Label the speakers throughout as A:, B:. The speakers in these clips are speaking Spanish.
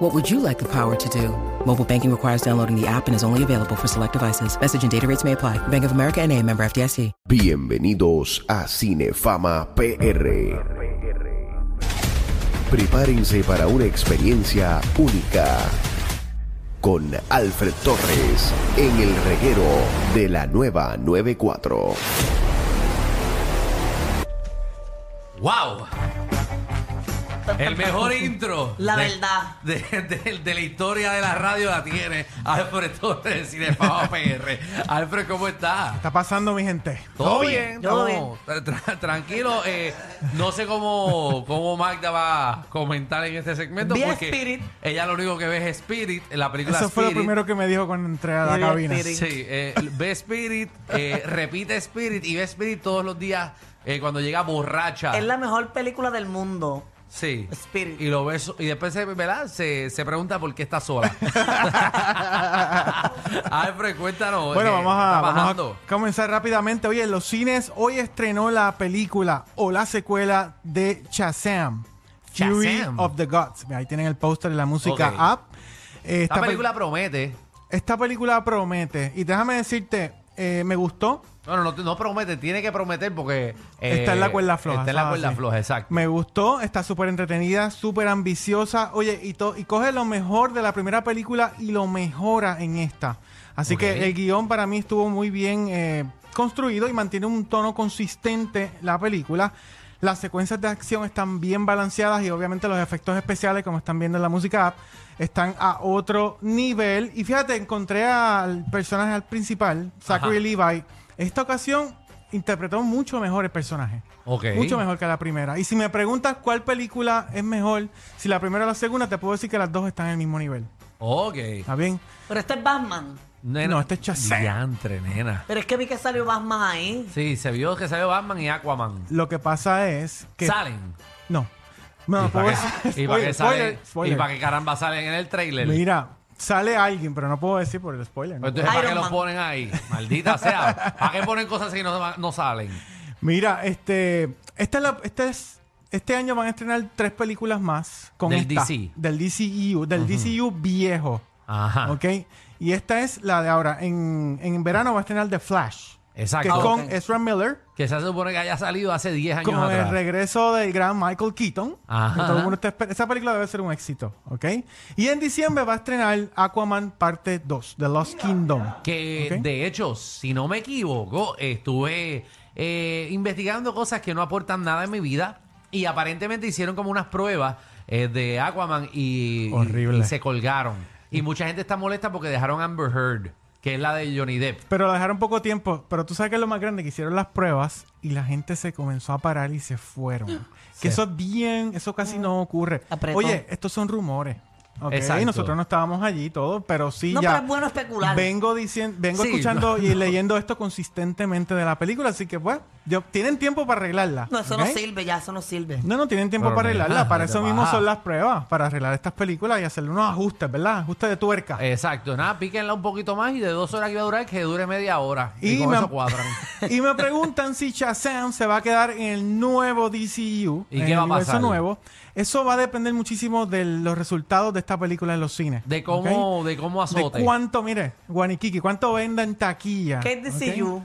A: What would you like the power to do? Mobile banking requires downloading the app and is only available for select devices. Message and data rates may apply. Bank of America and a member FDIC.
B: Bienvenidos a Cinefama PR. Prepárense para una experiencia única con Alfred Torres en el reguero de la nueva 94.
C: ¡Wow! El mejor intro.
D: La verdad.
C: De, de- de la historia de la radio la tiene Alfred Torres de Cinefama PR. Alfred, ¿cómo estás?
E: está pasando, mi gente?
C: Todo bien,
D: todo
C: estamos tra- tra- tranquilo. eh, no sé cómo, cómo Magda va a comentar en este segmento.
D: Vi a
C: porque
D: Spirit.
C: Ella lo único que ve es Spirit, la película
E: Eso fue lo
C: Spirit.
E: primero que me dijo cuando entré a la
D: Muy
E: cabina.
D: bien, Spirit.
C: Sí, eh, ve Spirit, eh, repite Spirit y ve Spirit todos los días eh, cuando llega borracha.
D: Es la mejor película del mundo.
C: Sí.
D: Spirit.
C: Y lo ves y después se, ¿verdad? se, se pregunta por qué está sola. Alfred, cuéntanos.
E: Bueno,
C: eh,
E: vamos
C: ¿qué
E: a,
C: está
E: vamos
C: pasando?
E: a comenzar rápidamente. Oye, en los cines hoy estrenó la película o la secuela de Shazam, Fury
C: Shazam.
E: of the Gods. Ahí tienen el póster y la música
C: Ok.
E: up. Eh,
C: Esta
E: esta
C: película
E: pel-
C: promete.
E: esta película promete. Y déjame decirte, eh, me gustó.
C: Bueno, no, no promete, tiene que prometer porque. eh,
E: está en la cuerda floja.
C: Está en la
E: ¿sabes?
C: cuerda
E: Sí.
C: floja, exacto.
E: Me gustó, está súper entretenida, súper ambiciosa. Oye, y, to- y coge lo mejor de la primera película y lo mejora en esta. Así
C: Ok.
E: que el guión para mí estuvo muy bien eh, construido y mantiene un tono consistente la película. Las secuencias de acción están bien balanceadas y obviamente los efectos especiales, como están viendo en la música app, están a otro nivel. Y fíjate, encontré al personaje al principal, Zachary Levi. Esta ocasión interpretó mucho mejor el personaje.
C: Ok.
E: Mucho mejor que la primera. Y si me preguntas cuál película es mejor, si la primera o la segunda, te puedo decir que las dos están en el mismo nivel.
C: Ok.
E: ¿Está bien?
D: Pero este es Batman.
C: Nena,
E: No, este es Shazam.
C: Diantre, nena.
D: Pero es que vi que salió Batman ahí.
C: Sí, se vio que salió Batman y Aquaman.
E: Lo que pasa es que.
C: Salen.
E: No. No,
C: y
E: puedo
C: para
E: decir-
C: que, y pa' que
E: spoiler,
C: salen-
E: spoiler, spoiler.
C: y pa' que caramba salen en el trailer.
E: Mira, sale alguien, pero no puedo decir por el spoiler. ¿no?
C: Pues Entonces, ¿para
D: Iron
C: qué los
D: Man.
C: ponen ahí? Maldita sea. ¿Para qué ponen cosas si no, no salen?
E: Mira, este. Esta es la- esta es- este año van a estrenar tres películas más con
C: Del
E: esta,
C: DC.
E: Del DCU. Del DCU viejo.
C: Ajá.
E: ¿Ok? Y esta es la de ahora. En, en verano va a estrenar The Flash.
C: Exacto.
E: Que
C: Ah,
E: es con
D: ok.
E: Ezra Miller.
C: Que se supone que haya salido hace 10 años
E: Como el
C: atrás.
E: regreso del gran Michael Keaton.
C: Ajá.
E: Que todo el mundo está esper- esa película debe ser un éxito, ¿ok? Y en diciembre va a estrenar Aquaman parte 2, The Lost Kingdom.
C: Que
E: Ok.
C: de hecho, si no me equivoco, estuve eh, investigando cosas que no aportan nada en mi vida y aparentemente hicieron como unas pruebas eh, de Aquaman y,
E: Horrible.
C: y se colgaron. Y mucha gente está molesta porque dejaron Amber Heard, que es la de Johnny Depp.
E: Pero la dejaron poco tiempo. Pero tú sabes que es lo más grande, que hicieron las pruebas y la gente se comenzó a parar y se fueron. Que eso es bien, eso casi no ocurre.
D: Apretó.
E: Oye, estos son rumores. ¿ok?
C: Exacto.
E: Y nosotros no estábamos allí y todo, pero sí
D: No,
E: ya.
D: pero es bueno especular.
E: Vengo diciendo, vengo
C: Sí,
E: escuchando
C: no,
E: y leyendo esto consistentemente de la película, así que pues, yo- tienen tiempo para arreglarla.
D: No, eso
E: ¿ok?
D: no sirve, ya, eso no sirve.
E: No, no tienen tiempo
C: Pero
E: para
C: mira,
E: arreglarla. Para
C: te
E: eso mismo
C: baja.
E: son las pruebas, para arreglar estas películas y hacerle unos ajustes, ¿verdad? Ajustes de tuerca.
C: Exacto, nada, píquenla un poquito más y de dos horas que va a durar, que dure media hora. Y,
E: Y
C: con
E: me-
C: eso cuadran.
E: y me preguntan si Shazam se va a quedar en el nuevo DCU.
C: ¿Y
E: en
C: qué va a
E: el universo
C: pasar?
E: nuevo. Eso va a depender muchísimo de los resultados de esta película en los cines.
C: De cómo,
E: ¿ok?
C: de cómo azote.
E: De cuánto, mire, Guaniquiqui, cuánto venda en taquilla.
D: ¿Qué es
E: ¿ok?
D: DCU?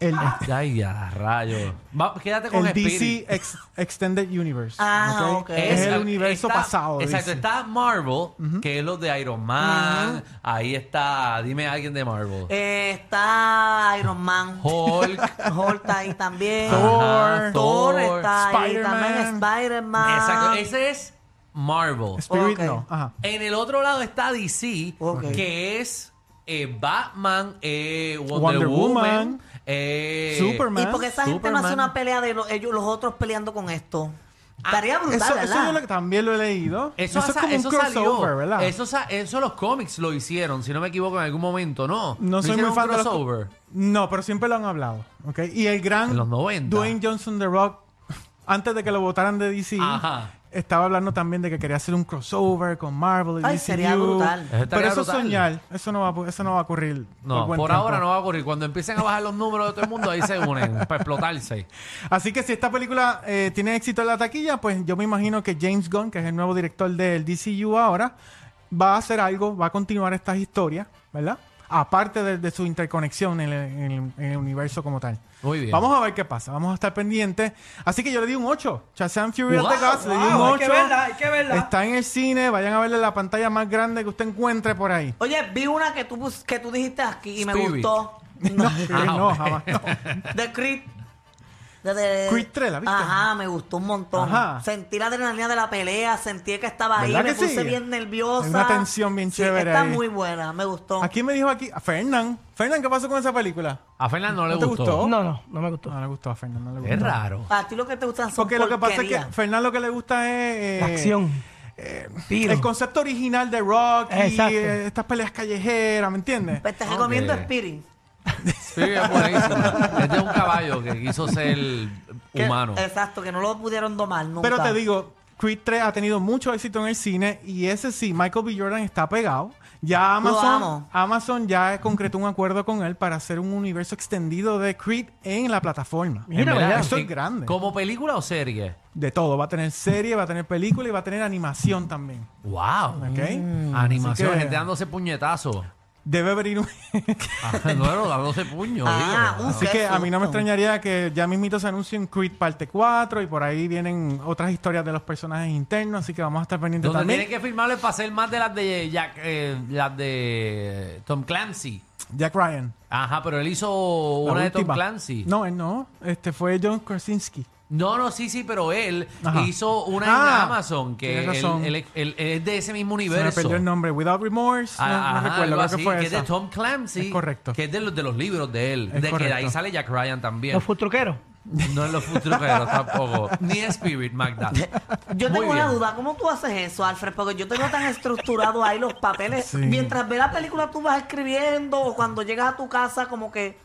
E: El,
C: Ay, ya, rayo. Va, quédate con
E: el
C: Spirit.
E: DC Ex- Extended Universe.
D: Ah, ok.
E: Es,
D: Es-
E: el universo
C: está-
E: pasado.
C: Exacto,
E: dice.
C: está Marvel, que es los de Iron Man. Ahí está, dime alguien de Marvel.
D: Eh, está Iron Man.
C: Hulk.
D: Hulk está ahí también.
E: Thor.
C: Ajá,
D: Thor está ahí
E: Spider-Man.
D: también.
E: Ah.
D: Spider-Man.
C: Exacto, ese es Marvel.
E: Spirit
D: Ok.
E: no. Ajá.
C: En el otro lado está DC,
D: Ok.
C: que es eh, Batman, eh, Wonder,
E: Wonder
C: Woman,
E: Woman,
C: eh,
E: Superman.
D: Y porque esa gente no hace
C: Superman.
D: una pelea de los, ellos, los otros peleando con esto. Estaría brutal,
E: Eso,
D: ¿verdad?
E: eso yo lo- también lo he leído.
C: Eso,
E: es
C: sa-
E: como
C: eso
E: un crossover,
C: salió.
E: ¿verdad?
C: Eso, sa- eso los cómics lo hicieron, si no me equivoco, en algún momento, ¿no?
E: no soy
C: hicieron
E: muy
C: un
E: fan de los
C: crossover.
E: No, pero siempre lo han hablado. ¿ok? Y el gran
C: En los 90.
E: Dwayne Johnson The Rock, antes de que lo votaran de DC,
C: Ajá.
E: estaba hablando también de que quería hacer un crossover con Marvel y
D: Ay,
E: DCU.
D: sería brutal.
C: Eso estaría
E: Pero eso es
C: brutal.
E: soñar, eso no va, a pu- eso no va a ocurrir.
C: No, por,
E: Pues, buen tiempo.
C: ahora no va a ocurrir. Cuando empiecen a bajar los números de todo el mundo, ahí se unen para explotarse.
E: Así que si esta película eh, tiene éxito en la taquilla, pues yo me imagino que James Gunn, que es el nuevo director del DCU ahora, va a hacer algo, va a continuar estas historias, ¿verdad? Aparte de, de su interconexión en el, en el- en el universo como tal.
C: Muy bien.
E: Vamos a ver qué pasa, vamos a estar pendientes. Así que yo le di un 8. Shazam Fury of the
C: Wow,
E: Gods, le di un
F: wow,
E: 8.
F: hay que verla, hay que verla.
E: Está en el cine, vayan a verla en la pantalla más grande que usted encuentre por ahí.
D: Oye, vi una que tú, pus- que tú dijiste aquí y me
C: Spirit.
D: gustó.
E: No, Fury
C: Ah,
E: no,
C: ok.
E: jamás. no.
D: De Creed. De, de-
E: Creed 3, ¿la viste?
D: Ajá, me gustó un montón.
E: Ajá.
D: Sentí la adrenalina de la pelea, sentí que estaba ahí,
E: ¿Verdad
D: me
E: que
D: puse
E: sí?
D: bien nerviosa.
E: Hay una tensión bien
D: Sí,
E: chévere
D: Está
E: ahí.
D: muy buena, me gustó.
E: Aquí me dijo aquí, a Fernán. Fernán, ¿qué pasó con esa película?
C: A Fernando no le
E: ¿No te
C: gustó.
E: gustó?
F: No, no, no me gustó.
E: No le gustó a Fernán, no le gustó.
C: Es raro.
D: A ti lo que te gustan son
E: Porque lo que pasa es que
D: porquerías.
E: a Fernán lo que le gusta es... eh,
F: La acción. Tiro.
E: El concepto original de rock y
F: Exacto.
E: eh, estas peleas callejeras, ¿me entiendes?
D: Pues te recomiendo
C: Ok.
D: Spirit.
C: Sí, es buenísima. Es de un caballo que quiso ser
D: Que-
C: humano.
D: Exacto, que no lo pudieron domar nunca.
E: Pero te digo, Creed 3 ha tenido mucho éxito en el cine y ese sí, Michael B. Jordan está pegado. Ya Amazon,
D: amo.
E: Amazon ya concretó un acuerdo con él para hacer un universo extendido de Creed en la plataforma.
F: Mira,
C: En verdad,
F: ¿verdad?
E: Eso es
C: eh,
E: grande.
C: Como película o serie.
E: De todo, va a tener serie, va a tener película y va a tener animación también.
C: ¡Wow!
E: ¿Ok?
C: Animación,
E: Así que-
C: gente dándose puñetazos.
E: Debe venir un...
C: Ah, no, no, dándose puño.
D: Ah,
C: digo.
D: un
E: Así que a mí no me
D: susto.
E: extrañaría que ya mismito se anuncie un Creed parte 4 y por ahí vienen otras historias de los personajes internos, así que vamos a estar pendientes
C: Donde
E: también.
C: tiene que firmarle para hacer más de las de Jack, eh, las de Tom Clancy.
E: Jack Ryan.
C: Ajá, pero él hizo
E: la
C: una de Tom
E: última.
C: Clancy.
E: No, él no. Este fue John Krasinski.
C: No, no, sí, sí, pero él
E: Ajá.
C: hizo una
E: Ah,
C: en Amazon que
E: tienes
C: él,
E: razón.
C: él- él- él es de ese mismo
E: Se me
C: universo.
E: perdió el nombre. Without Remorse.
C: Ah,
E: no, no
C: ajá,
E: recuerdo.
C: algo
E: Creo que
C: así,
E: fue
C: que es de
E: esa.
C: Tom Clancy.
E: Es correcto.
C: Que es de los, de los libros de él.
E: Es
C: de que de ahí
E: correcto.
C: sale Jack Ryan también.
F: Los futruqueros.
C: No en los futuros tampoco. Ni Spirit, Magda.
D: Yo
C: Muy
D: tengo una
C: bien.
D: duda, ¿cómo tú haces eso, Alfred? Porque yo tengo tan estructurado ahí los papeles.
E: Sí.
D: Mientras ve la película, tú vas escribiendo o cuando llegas a tu casa, como que.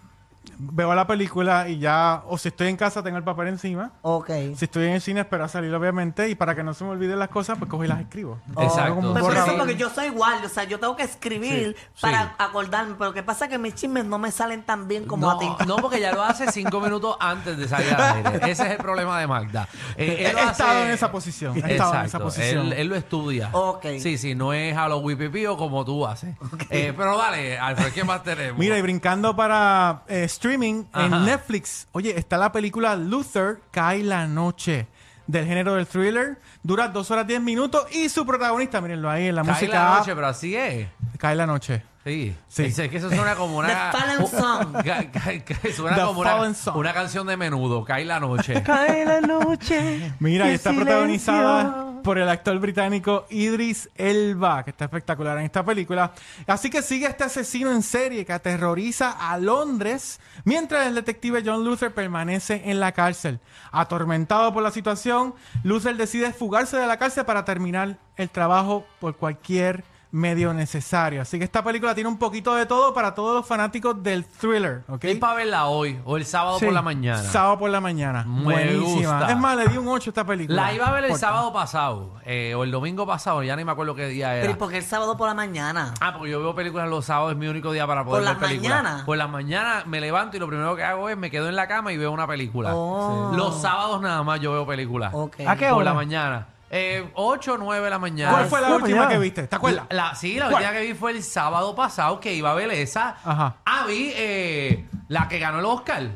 E: Veo la película y ya, o si estoy en casa, tengo el papel encima.
D: Ok.
E: Si estoy en el cine, espero a salir, obviamente. Y para que no se me olviden las cosas, pues cojo y las escribo.
C: Exacto.
E: Hago como un
D: Pues por eso,
E: borrador.
D: porque yo soy igual, o sea, yo tengo que escribir
C: Sí,
D: para
C: sí.
D: acordarme, pero lo que pasa es que mis chismes no me salen tan bien como a
C: no,
D: ti.
C: no, porque ya lo hace cinco minutos antes de salir al aire. Ese es el problema de Magda. Eh,
E: He
C: lo hace-
E: estado en esa posición, he estado en esa
C: Exacto.
E: posición.
C: Él, él lo estudia.
D: Ok.
C: Sí, sí, no es a lo wipipío como tú haces. Eh, pero dale, Alfred, ¿qué más tenemos?
E: Mira, y brincando para eh, streaming
C: Ajá.
E: en Netflix. Oye, está la película Luther cae la noche del género del thriller. Dura 2 horas 10 minutos y su protagonista, mírenlo ahí en la
C: Cae
E: música.
C: la noche, pero así es.
E: Cae la noche.
C: Sí.
E: Sí.
C: Es que eso suena como una.
D: The Fallen Song.
C: Ca- ca- ca- suena
E: The
C: como
E: Fallen
C: una,
E: Song.
C: una canción de menudo. Cae la noche.
F: Cae la noche.
E: Mira,
F: de
E: y está
F: silencio.
E: protagonizada por el actor británico Idris Elba, que está espectacular en esta película. Así que sigue a este asesino en serie que aterroriza a Londres mientras el detective John Luther permanece en la cárcel. Atormentado por la situación, Luther decide fugarse de la cárcel para terminar el trabajo por cualquier medio necesario. Así que esta película tiene un poquito de todo para todos los fanáticos del thriller, ¿ok?
C: Es para verla hoy o el sábado
E: Sí.
C: por la mañana.
E: Sábado por la mañana.
C: Me
E: Buenísima.
C: gusta.
E: Es más, le di un 8 a esta película.
C: la iba a ver el
E: Por-
C: sábado pasado eh, o el domingo pasado, ya ni me acuerdo qué día
D: Pero ¿y
C: era.
D: por qué el sábado por la mañana?
C: Ah, porque yo veo películas los sábados, es mi único día para poder
D: ¿Por
C: ver
D: las
C: películas.
D: mañanas?
C: Por las mañanas me levanto y lo primero que hago es me quedo en la cama y veo una película.
D: Oh.
C: Sí. Los sábados nada más yo veo películas.
D: Ok.
F: ¿A qué
C: Por
F: hora?
C: la mañana. Eh, 8 o 9 de la mañana.
E: ¿Cuál fue la
F: Ah,
E: última
F: ya.
E: que viste? ¿Te acuerdas?
C: La- sí, la
E: ¿Cuál?
C: última que vi fue el sábado pasado que iba a ver esa.
E: Ajá.
C: Ah, vi eh, la que ganó el Oscar.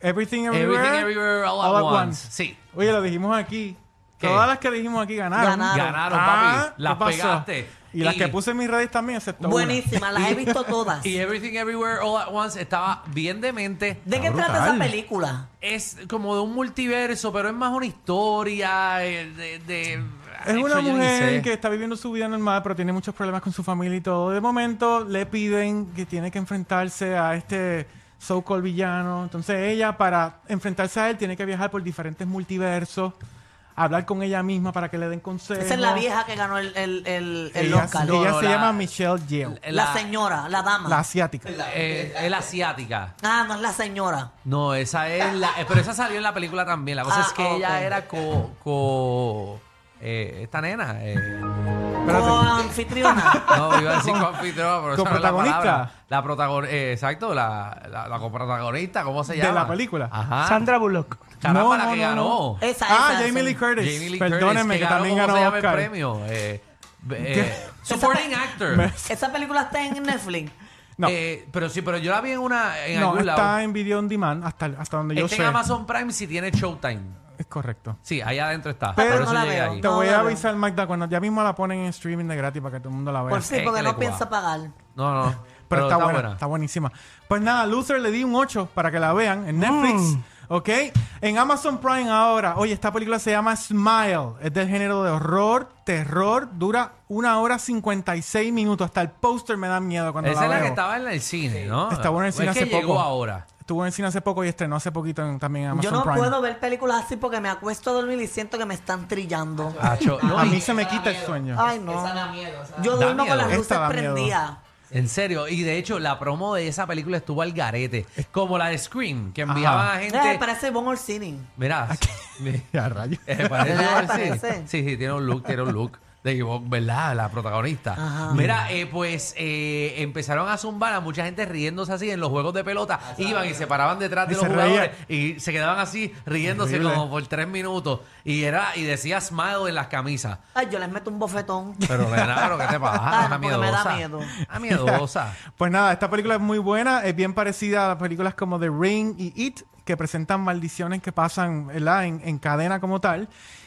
E: Everything Everywhere.
C: Everything Everywhere All, at, once. Sí.
E: Oye, lo dijimos aquí.
C: ¿Qué?
E: Todas las que dijimos aquí ganaron.
D: Ganaron.
C: Ganaron,
E: Ah,
C: papi. Las
E: ¿qué pasó?
C: pegaste.
E: Y, las que puse en mis redes también, excepto una.
D: Buenísima, las he visto todas.
C: Y Everything Everywhere All at Once estaba bien demente.
D: ¿De qué
E: Está
D: trata esa
E: brutal.
D: película?
C: Es como de un multiverso, pero es más una historia eh, de... de-
E: Es
C: Eso
E: una
C: yo ni sé.
E: mujer que está viviendo su vida normal, pero tiene muchos problemas con su familia y todo. De momento le piden que tiene que enfrentarse a este so-called villano. Entonces ella, para enfrentarse a él, tiene que viajar por diferentes multiversos hablar con ella misma para que le den consejos.
D: Esa es la vieja que ganó el, el, el, el
E: ella
D: Oscar.
E: ella
C: No, no,
E: se
C: la-
E: llama Michelle Yeoh,
D: La, señora, la dama.
E: la asiática.
C: eh, es la asiática.
D: Ah, no es la señora.
C: No, esa es la. eh, pero esa salió en la película también. La cosa
D: Ah,
C: es que
D: ok.
C: ella era co. co eh, esta nena. eh,
E: Espérate.
D: Coanfitriona.
C: No, iba a decir coanfitriona, pero esa no es la
E: ¿Coprotagonista?
C: palabra. La protagonista. exacto, la, la, la coprotagonista, ¿cómo se
E: De
C: llama?
E: la película.
C: Ajá.
F: Sandra Bullock.
C: Caramba,
E: No,
C: la
E: no,
C: que
E: no,
C: ganó.
E: no.
D: Esa,
E: Ah,
D: esa,
E: Jamie
D: esa.
E: Lee Curtis.
C: Jamie Lee
E: Perdónenme, que,
C: Curtis,
E: también
C: ¿cómo
E: ganó
C: se llama
E: Oscar.
C: el premio? Eh, eh, supporting actor.
E: Me-
D: Esa película está en Netflix.
E: No.
C: Eh, pero sí, pero yo la vi en una en
E: No,
C: algún
E: está
C: lado.
E: en Video On Demand hasta, hasta donde yo
C: Está en
E: sé.
C: Amazon Prime si tiene Showtime.
E: Es correcto.
C: Sí, allá adentro está.
E: Pero
C: por
E: no
C: eso
D: la
C: llegué
D: veo.
C: ahí.
E: Te
D: Ah, No,
E: voy
D: no,
E: a
D: no.
E: avisar, Magda, cuando ya mismo la ponen en streaming de gratis para que todo el mundo la vea.
D: Por sí,
C: Eh,
D: porque
C: que
D: no
C: le
D: piensa
C: cuaja.
D: pagar.
C: No, no, no.
E: Pero, está, buena, está buenísima. Pues nada, Luther le di un 8 para que la vean en Netflix, ¿ok? En Amazon Prime ahora, oye, esta película se llama Smile, es del género de horror, terror, dura una hora 56 minutos, hasta el póster me da miedo cuando
C: Esa
E: la
C: es la
E: veo.
C: que estaba en el cine, ¿no?
E: Estaba en el
C: Es
E: cine
C: que
E: hace
C: llegó
E: poco.
C: ahora.
E: Estuvo en el cine hace poco y estrenó hace poquito en- también en Amazon
D: Yo no
E: Prime.
D: puedo ver películas así porque me acuesto a dormir y siento que me están trillando.
C: Acho, no,
E: A
C: y-
E: mí se me quita el sueño.
D: Ay, no. Yo
C: Da
D: duermo
C: miedo.
D: con las luces
E: Esta da miedo.
D: prendidas.
C: En serio, y de hecho la promo de esa película estuvo al garete, como la de Scream, que
E: Ajá.
C: enviaban a
D: Eh,
C: gente...
D: parece Bon Orsini.
C: Mira, me-
E: Ya, rayos.
C: eh, parece,
D: ¿Verdad?
C: sí.
D: Parece.
C: Sí, sí, tiene un look, tiene un look. De que, ¿verdad? La protagonista.
D: Ajá.
C: Mira, eh, pues eh, empezaron a zumbar a mucha gente riéndose así en los juegos de pelota.
D: Ah,
C: Iban y se paraban detrás
E: Y
C: de los
E: se reían.
C: jugadores y se quedaban así riéndose
E: Horrible.
C: como por tres minutos. Y era y decía smile en las camisas.
D: Ay, yo les meto un bofetón.
C: Pero nena, pero ¿qué te pasa?
D: Ah,
C: Una
D: no, porque me da
C: miedosa.
D: miedo.
C: Una miedosa.
E: Pues nada, esta película es muy buena, es bien parecida a las películas como The Ring y It, que presentan maldiciones que pasan ¿verdad? En, en cadena como tal.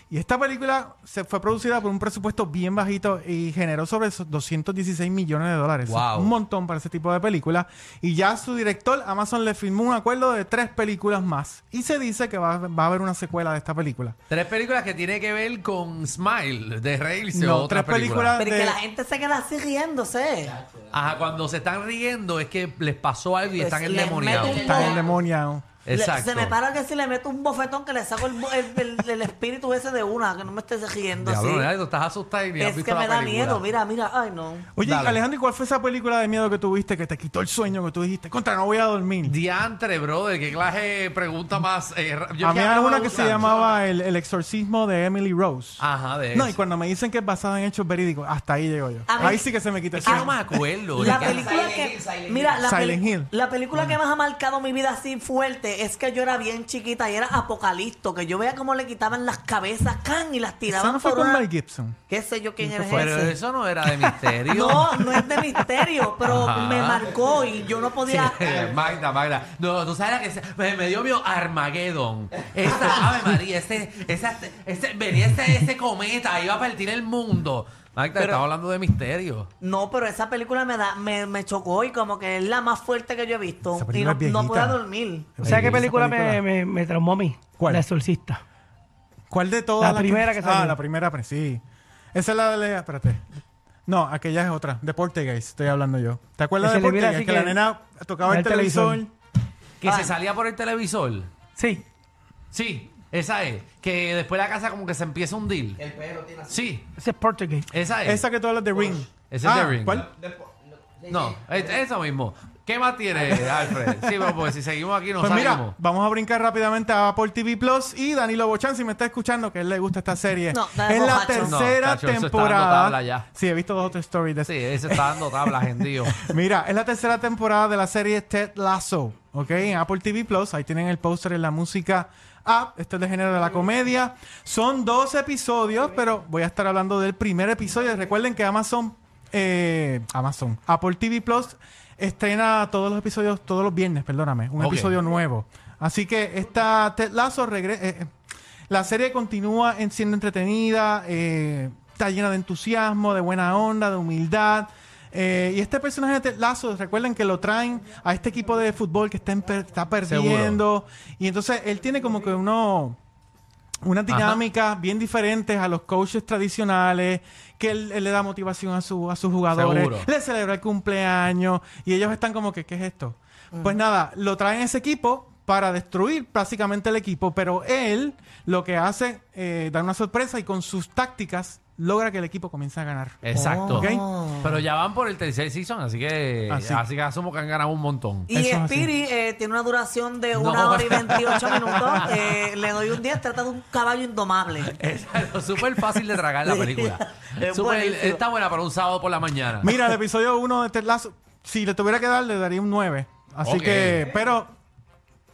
E: Y esta película se fue producida por un presupuesto bien bajito y generó sobre esos 216 millones de dólares.
C: Wow.
E: Un montón para ese tipo de películas. Y ya su director, Amazon, le firmó un acuerdo de tres películas más. Y se dice que va, va a haber una secuela de esta película.
C: Tres películas que tiene que ver con Smile, de reírse
E: No,
C: o otras
E: tres
C: películas.
E: películas
D: Pero es
E: de-
D: que la gente se queda así riéndose.
C: Ajá, cuando se están riendo es que les pasó algo y
D: Pues
C: están
D: les
C: endemoniados.
D: mete un-
E: Está en demonio.
D: Le-
C: Exacto.
D: se me para que si le meto un bofetón que le saco el, bo- el- el- el espíritu ese de una, que no me estés riendo
C: Diablo, nena,
D: así.
C: tú estás asustado y ni has
D: Es
C: visto
D: que
C: la
D: me da
C: película.
D: miedo, mira, mira, ay no.
E: Oye,
C: Dale.
E: Alejandro, ¿y cuál fue esa película de miedo que tuviste que te quitó el sueño que tú dijiste? Contra, no voy a dormir.
C: Diantre, brother, qué clase de pregunta más. eh, ra- yo
E: a
C: es
E: mí
C: ahora
E: había
C: me
E: una que se
C: gustan.
E: llamaba el, El exorcismo de Emily Rose.
C: Ajá, de
E: no,
C: eso.
E: y cuando me dicen que es basada en hechos verídicos, hasta ahí llego yo.
D: A mí-
E: Ahí sí que se me quita el
C: Es que no
E: sueño.
C: me acuerdo.
D: Ah, La
C: ¿de qué-
D: película que mira, la,
E: Silent
D: peli-
E: Hill.
D: la película que más ha marcado mi vida así fuerte es que yo era bien chiquita y era apocalipto, que yo veía cómo le quitaban las cabezas can y las
E: Esa
D: tiraban
E: no fue
D: por
E: con
D: una
E: Mel Gibson.
D: qué sé yo quién era
C: Pero
D: ese.
C: eso no era de misterio.
D: No, no es de misterio, pero
C: Ajá.
D: me marcó y yo no podía
C: Magda, Magda. No, tú sabes la que se- me, me dio miedo Armageddon. Esa, Ave María, este, esa, este, venía este, este cometa, iba a partir el mundo. Magda, estaba hablando de misterio.
D: No, pero esa película me da, me, me chocó y como que es la más fuerte que yo he visto.
E: Esa
D: Y no,
E: película es viejita.
D: no podía dormir.
E: Esa
F: O sea, ¿qué película,
E: película.
F: Me, me, me traumó a mí?
E: ¿Cuál?
F: La Exorcista.
E: ¿Cuál de todas?
F: La
E: las
F: primera que
E: Ah,
F: salió.
E: la primera, pre- sí. Esa es la de... la- Espérate. No, aquella es otra. De Portuguese, estoy hablando yo. ¿Te acuerdas
F: Que
E: de
F: se le mira
E: Portuguese? Que,
F: así
E: la
F: que-
E: nena tocaba el,
F: da el
E: televisor.
F: televisor.
C: Que se
D: Ah.
C: salía por el televisor.
F: Sí.
C: Sí, esa es. Que después la casa como que se empieza a hundir. El perro tiene Sí,
F: Ese es Portuguese.
C: esa es.
E: Esa que tú hablas de Ring.
C: Ese es
E: Ah,
C: The Ring.
E: ¿Cuál?
C: No, es- eso mismo. ¿Qué más tiene, Alfred? Sí, pero pues si seguimos aquí no
E: Pues
C: salimos.
E: mira, vamos a brincar rápidamente a Apple TV Plus y Danilo Bochan, si me está escuchando, que a él le gusta esta serie.
D: No,
E: es
D: Danilo
E: la
D: Bochacho.
E: tercera
C: No, Tacho, eso está dando tabla
E: temporada.
C: ya.
E: Sí, he visto dos o tres stories de
C: Sí, eso está dando tabla, gentío.
E: Mira, es la tercera temporada de la serie Ted Lasso, ¿ok? En Apple TV Plus, ahí tienen el póster en la música app, este es de género de la comedia. Son dos episodios, pero voy a estar hablando del primer episodio. Recuerden que Amazon, eh, Amazon, Apple TV Plus estrena todos los episodios, todos los viernes, perdóname, un
C: Ok.
E: episodio nuevo. Así que esta Ted Lasso regresa... La serie continúa en- siendo entretenida, eh, está llena de entusiasmo, de buena onda, de humildad. Eh, y este personaje de Ted Lasso, recuerden que lo traen a este equipo de fútbol que está, en per- está perdiendo. Y entonces él tiene como que uno unas
C: Ajá.
E: dinámicas bien diferentes a los coaches tradicionales, que él, él le da motivación a, su, a sus jugadores,
C: Seguro.
E: le celebra el cumpleaños y ellos están como que, ¿qué es esto? Pues nada, lo traen a ese equipo para destruir básicamente el equipo, pero él lo que hace eh, da una sorpresa y con sus tácticas logra que el equipo comience a ganar.
C: Exacto.
E: Ok.
C: Pero ya van por el tercer season, así que
E: Así.
C: así, que asumo que han ganado un montón.
E: Eso
D: Y
E: es así.
D: Spirit eh, tiene una duración de
C: No.
D: una hora y 28 minutos. Eh, le doy un 10. Trata de un caballo indomable.
C: Es algo súper fácil de tragar la película.
D: Es
C: Súper-
D: buenísimo.
C: está buena para un sábado por la mañana.
E: Mira, el episodio 1 de Ted Lasso, si le tuviera que dar, le daría un 9. Así
C: Ok.
E: que, pero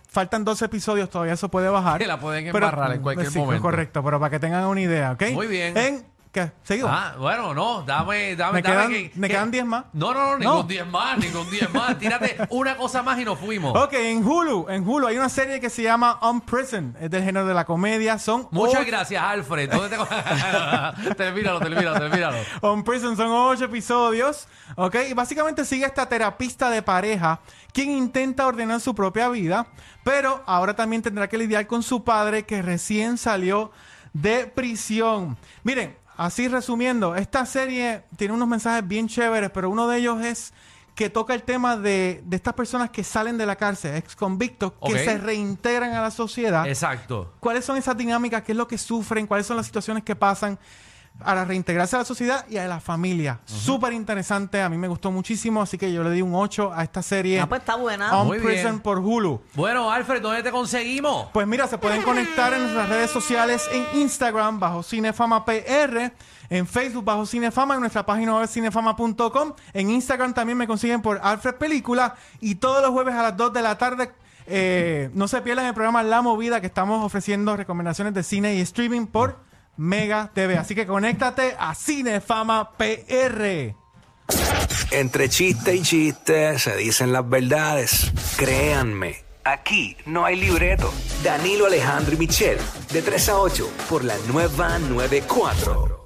E: faltan 12 episodios, todavía eso puede bajar.
C: Que la pueden embarrar en cualquier
E: sí,
C: momento.
E: Correcto, pero para que tengan una idea, ¿ok?
C: Muy bien.
E: En, ¿qué? ¿Seguimos?
C: Ah, bueno, no, dame, dame,
E: Me
C: dame
E: quedan-
C: que-
E: me
C: que-
E: quedan 10 más.
C: No, no, no,
E: No.
C: ningún 10 más, ningún 10 más. Tírate una cosa más y nos fuimos.
E: Ok, en Hulu, en Hulu hay una serie que se llama On Prison, es del género de la comedia, son
C: Muchas
E: ocho-
C: gracias, Alfred. ¿Dónde te... termínalo, termínalo, termínalo.
E: On Prison son ocho episodios, ¿ok? Y básicamente sigue a esta terapista de pareja quien intenta ordenar su propia vida, pero ahora también tendrá que lidiar con su padre que recién salió de prisión. Miren, así resumiendo, esta serie tiene unos mensajes bien chéveres, pero uno de ellos es que toca el tema de, de estas personas que salen de la cárcel, ex convictos,
C: Ok.
E: que se reintegran a la sociedad
C: Exacto.
E: cuáles son esas dinámicas, qué es lo que sufren, cuáles son las situaciones que pasan para reintegrarse a la sociedad y a la familia. Súper interesante, a mí me gustó muchísimo, así que yo le di un 8 a esta serie.
D: Ah, pues está buena.
E: On
C: Muy
E: Prison
C: bien.
E: por Hulu.
C: Bueno, Alfred, ¿dónde te conseguimos?
E: Pues mira, se pueden conectar en nuestras redes sociales, en Instagram bajo Cinefama PR, en Facebook bajo Cinefama, en nuestra página web cinefama.com, en Instagram también me consiguen por Alfred Película y todos los jueves a las 2 de la tarde. eh, no se pierdan el programa La Movida que estamos ofreciendo recomendaciones de cine y streaming por Mega TV. Así que conéctate a Cinefama PR.
G: Entre chiste y chiste se dicen las verdades. Créanme, aquí no hay libreto. Danilo Alejandro y Michel, de 3 a 8, por la nueva 94.